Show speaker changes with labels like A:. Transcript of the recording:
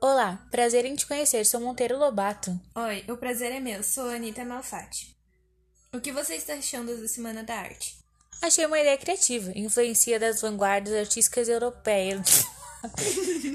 A: Olá, prazer em te conhecer, sou Monteiro Lobato.
B: Oi, o prazer é meu, sou a Anitta Malfatti. O que você está achando da Semana da Arte?
A: Achei uma ideia criativa, influencia das vanguardas artísticas europeias.